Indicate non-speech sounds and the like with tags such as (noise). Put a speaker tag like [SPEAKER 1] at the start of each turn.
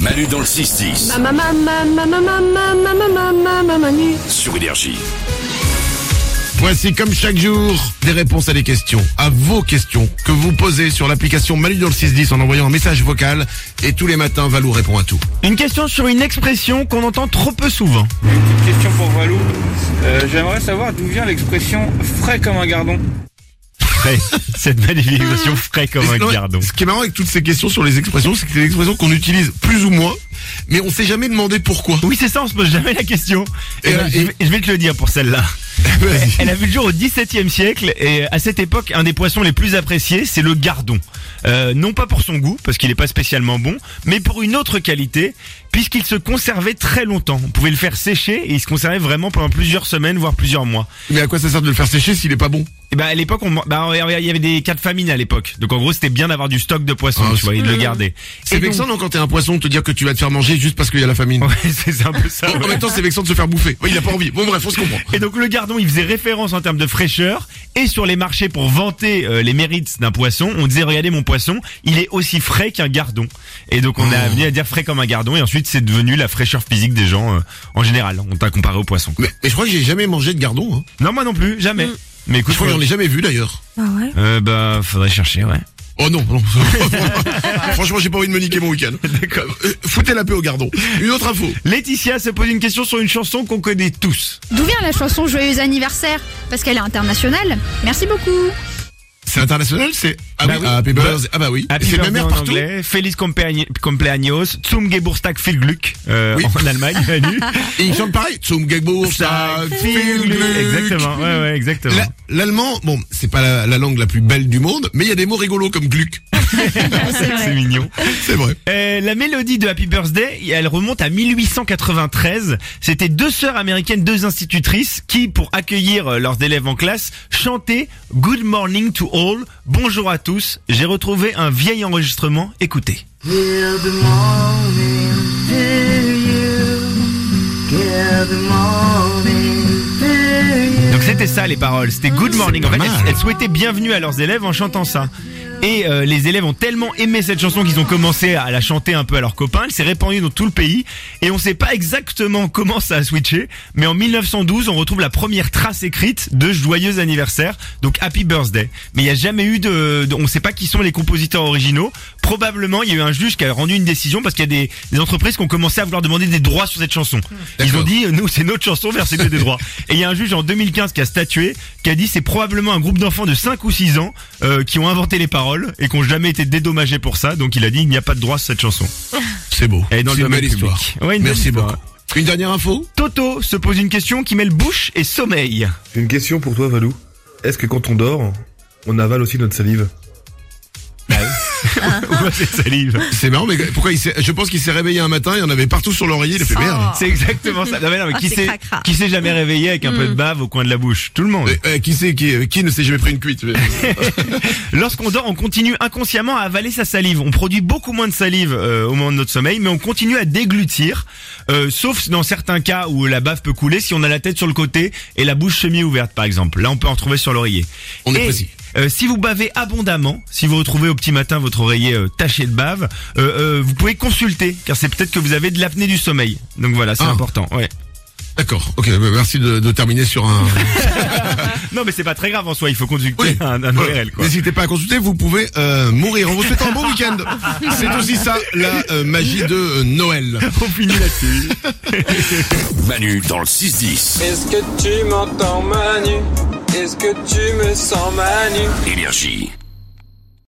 [SPEAKER 1] Manu dans le 6-10
[SPEAKER 2] Ma ma ma ma ma ma ma ma ma ma ma ma Manu.
[SPEAKER 1] sur Énergie.
[SPEAKER 3] Voici comme chaque jour des réponses à des questions, à vos questions que vous posez sur l'application Manu dans le 610 en envoyant un message vocal et tous les matins Valou répond à tout.
[SPEAKER 4] Une question sur une expression qu'on entend trop peu souvent.
[SPEAKER 5] Une petite question pour Valou. Euh, J'aimerais savoir d'où vient l'expression frais comme un gardon.
[SPEAKER 4] Frais. (laughs) Mmh. Cette magnifique expression frais comme un
[SPEAKER 3] Non,
[SPEAKER 4] gardon.
[SPEAKER 3] Ce qui est marrant avec toutes ces questions sur les expressions, c'est que c'est des expressions qu'on utilise plus ou moins, mais on s'est jamais demandé pourquoi.
[SPEAKER 4] Oui, c'est ça, on se pose jamais la question. Et
[SPEAKER 3] Et
[SPEAKER 4] ben,
[SPEAKER 3] là,
[SPEAKER 4] je,
[SPEAKER 3] et-
[SPEAKER 4] vais, je vais te le dire pour (laughs) celle-là.
[SPEAKER 3] (laughs) Vas-y.
[SPEAKER 4] Elle a vu le jour au XVIIe siècle et euh, à cette époque, un des poissons les plus appréciés, c'est le gardon. Euh, non pas pour son goût, parce qu'il n'est pas spécialement bon, mais pour une autre qualité, puisqu'il se conservait très longtemps. On pouvait le faire sécher et il se conservait vraiment pendant plusieurs semaines, voire plusieurs mois.
[SPEAKER 3] Mais à quoi ça sert de le faire sécher s'il est pas bon
[SPEAKER 4] Et ben à l'époque, on, man- bah, il y avait des cas de famine à l'époque. Donc en gros, c'était bien d'avoir du stock de poissons,
[SPEAKER 3] Ah,
[SPEAKER 4] tu vois, et de le garder.
[SPEAKER 3] C'est
[SPEAKER 4] Et donc-
[SPEAKER 3] vexant non, quand t'es un poisson de te dire que tu vas te faire manger juste parce qu'il y a la famine.
[SPEAKER 4] (laughs) Ouais, c'est un peu ça.
[SPEAKER 3] Bon, en
[SPEAKER 4] ouais.
[SPEAKER 3] même temps, c'est vexant de se faire bouffer. Ouais, il a pas envie. Bon bref, on se comprend.
[SPEAKER 4] Et donc le gardon, il faisait référence en termes de fraîcheur et sur les marchés pour vanter euh, les mérites d'un poisson, on disait regardez mon poisson, il est aussi frais qu'un gardon. Et donc on
[SPEAKER 3] Oh.
[SPEAKER 4] a venu à dire frais comme un gardon et ensuite c'est devenu la fraîcheur physique des gens euh, en général. On t'a comparé au poisson.
[SPEAKER 3] Mais, mais je crois que j'ai jamais mangé de gardon. hein.
[SPEAKER 4] Non moi non plus, jamais. Mais écoute,
[SPEAKER 3] Je crois que j'en
[SPEAKER 4] faudrait-
[SPEAKER 3] ai jamais vu d'ailleurs.
[SPEAKER 2] Ah ouais.
[SPEAKER 4] euh, bah faudrait chercher ouais.
[SPEAKER 3] Oh non, (laughs) non. Franchement, j'ai pas envie de me niquer mon week-end. D'accord. Foutez la paix au gardon. Une autre info.
[SPEAKER 4] Laetitia se pose une question sur une chanson qu'on connaît tous.
[SPEAKER 6] D'où vient la chanson Joyeux anniversaire Parce qu'elle est internationale. Merci beaucoup.
[SPEAKER 3] C'est international, c'est ah
[SPEAKER 4] Bah
[SPEAKER 3] oui,
[SPEAKER 4] oui.
[SPEAKER 3] Happy
[SPEAKER 4] Bah-
[SPEAKER 3] Birthday. Ah bah oui.
[SPEAKER 4] Happy
[SPEAKER 3] C'est
[SPEAKER 4] Birthday
[SPEAKER 3] même air
[SPEAKER 4] en
[SPEAKER 3] partout.
[SPEAKER 4] anglais, Feliz Compleaños, Compleaños, Zum Geburtstag viel Glück euh,
[SPEAKER 3] Oui. (laughs)
[SPEAKER 4] en Allemagne, Manu.
[SPEAKER 3] Et ils chantent pareil. Zum Geburtstag, viel Glück.
[SPEAKER 4] Exactement, ouais, ouais, exactement.
[SPEAKER 3] La- L'allemand, bon, c'est pas la, la langue la plus belle du monde, mais il y a des mots rigolos comme Gluck.
[SPEAKER 4] (laughs) C'est mignon.
[SPEAKER 3] C'est vrai.
[SPEAKER 4] Euh, la mélodie de Happy Birthday, elle remonte à 1893. C'était deux sœurs américaines, deux institutrices, qui, pour accueillir euh, leurs élèves en classe, chantaient Good Morning to All, Bonjour à tous. J'ai retrouvé un vieil enregistrement. Écoutez.
[SPEAKER 7] Give the morning to you. Give the morning to you.
[SPEAKER 4] Donc c'était ça les paroles, c'était Good Morning. En fait,
[SPEAKER 3] mal.
[SPEAKER 4] elles, elles souhaitaient bienvenue à leurs élèves en chantant ça. Et euh, les élèves ont tellement aimé cette chanson qu'ils ont commencé à la chanter un peu à leurs copains. Elle s'est répandue dans tout le pays et on sait pas exactement comment ça a switché. Mais en 1912, on retrouve la première trace écrite de Joyeux anniversaire, donc Happy Birthday. Mais il n'y a jamais eu de, de- on sait pas qui sont les compositeurs originaux. Probablement, il y a eu un juge qui a rendu une décision parce qu'il y a des, des entreprises qui ont commencé à vouloir demander des droits sur cette chanson. Ils ont
[SPEAKER 3] D'accord.
[SPEAKER 4] dit, euh, nous, c'est notre chanson, versez-nous des droits. Et il y a un juge en 2015 qui a statué, qui a dit, c'est probablement un groupe d'enfants de 5 ou 6 ans euh, qui ont inventé les paroles et qui ont jamais été dédommagés pour ça. Donc il a dit, il n'y a pas de droit sur cette chanson.
[SPEAKER 3] C'est beau.
[SPEAKER 4] Elle est dans le
[SPEAKER 3] C'est une
[SPEAKER 4] domaine
[SPEAKER 3] belle
[SPEAKER 4] public.
[SPEAKER 3] histoire.
[SPEAKER 4] Ouais, une belle
[SPEAKER 3] Merci
[SPEAKER 4] histoire.
[SPEAKER 3] beaucoup. Une dernière info
[SPEAKER 4] Toto se pose une question qui mêle bouche et sommeil.
[SPEAKER 8] J'ai une question pour toi, Valou. Est-ce que quand on dort, on avale aussi notre salive
[SPEAKER 4] Bah (laughs) Ouais, c'est salive.
[SPEAKER 3] C'est marrant, mais pourquoi il s'est, je pense qu'il s'est réveillé un matin, il y en avait partout sur l'oreiller, il a fait merde.
[SPEAKER 4] C'est exactement ça. Non, mais non, mais
[SPEAKER 2] Oh. Ah,
[SPEAKER 4] qui
[SPEAKER 2] c'est
[SPEAKER 4] s'est
[SPEAKER 2] cracra.
[SPEAKER 4] qui s'est jamais réveillé avec un peu de bave au coin de la bouche Tout le monde.
[SPEAKER 3] Euh, euh, qui c'est qui, qui ne s'est jamais pris une cuite
[SPEAKER 4] Lorsqu'on dort, on continue inconsciemment à avaler sa salive. On produit beaucoup moins de salive euh, au moment de notre sommeil, mais on continue à déglutir. euh, sauf dans certains cas où la bave peut couler, si on a la tête sur le côté et la bouche semi-ouverte, par exemple. Là, on peut en trouver sur l'oreiller.
[SPEAKER 3] On est
[SPEAKER 4] Et,
[SPEAKER 3] précis.
[SPEAKER 4] euh, si vous bavez abondamment, si vous retrouvez au petit matin votre oreiller euh, taché de bave, euh, euh, vous pouvez consulter, car c'est peut-être que vous avez de l'apnée du sommeil. Donc voilà, c'est
[SPEAKER 3] Ah.
[SPEAKER 4] important. Ouais.
[SPEAKER 3] D'accord, ok, bah, merci de, de terminer sur
[SPEAKER 4] (laughs)
[SPEAKER 3] un...
[SPEAKER 4] Non, mais c'est pas très grave en soi. Il faut consulter
[SPEAKER 3] Oui.
[SPEAKER 4] un, un
[SPEAKER 3] Voilà.
[SPEAKER 4] ORL, quoi.
[SPEAKER 3] N'hésitez pas à consulter, vous pouvez euh, mourir. On vous souhaite un
[SPEAKER 4] (laughs)
[SPEAKER 3] bon week-end. C'est aussi ça, la euh, magie de euh, Noël.
[SPEAKER 4] On finit là-dessus.
[SPEAKER 1] Manu dans le 6-10
[SPEAKER 9] Est-ce que tu m'entends Manu Est-ce que tu me sens Manu
[SPEAKER 1] Énergie.